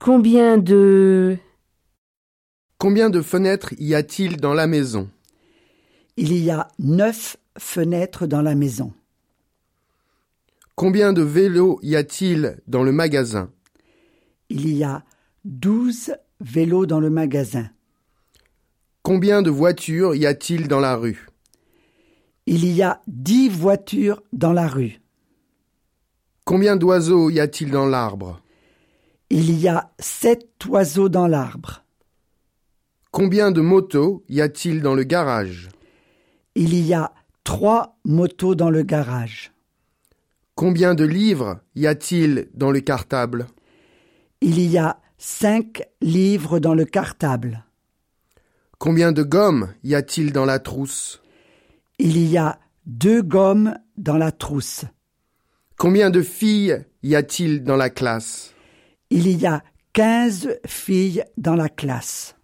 Combien de... Combien de fenêtres y a-t-il dans la maison Il y a neuf fenêtres dans la maison. Combien de vélos y a-t-il dans le magasin Il y a douze vélos dans le magasin. Combien de voitures y a-t-il dans la rue Il y a dix voitures dans la rue. Combien d'oiseaux y a-t-il dans l'arbre Il y a sept oiseaux dans l'arbre. Combien de motos y a-t-il dans le garage Il y a trois motos dans le garage. Combien de livres y a-t-il dans le cartable Il y a cinq livres dans le cartable. Combien de gommes y a-t-il dans la trousse Il y a deux gommes dans la trousse. Combien de filles y a-t-il dans la classe Il y a quinze filles dans la classe.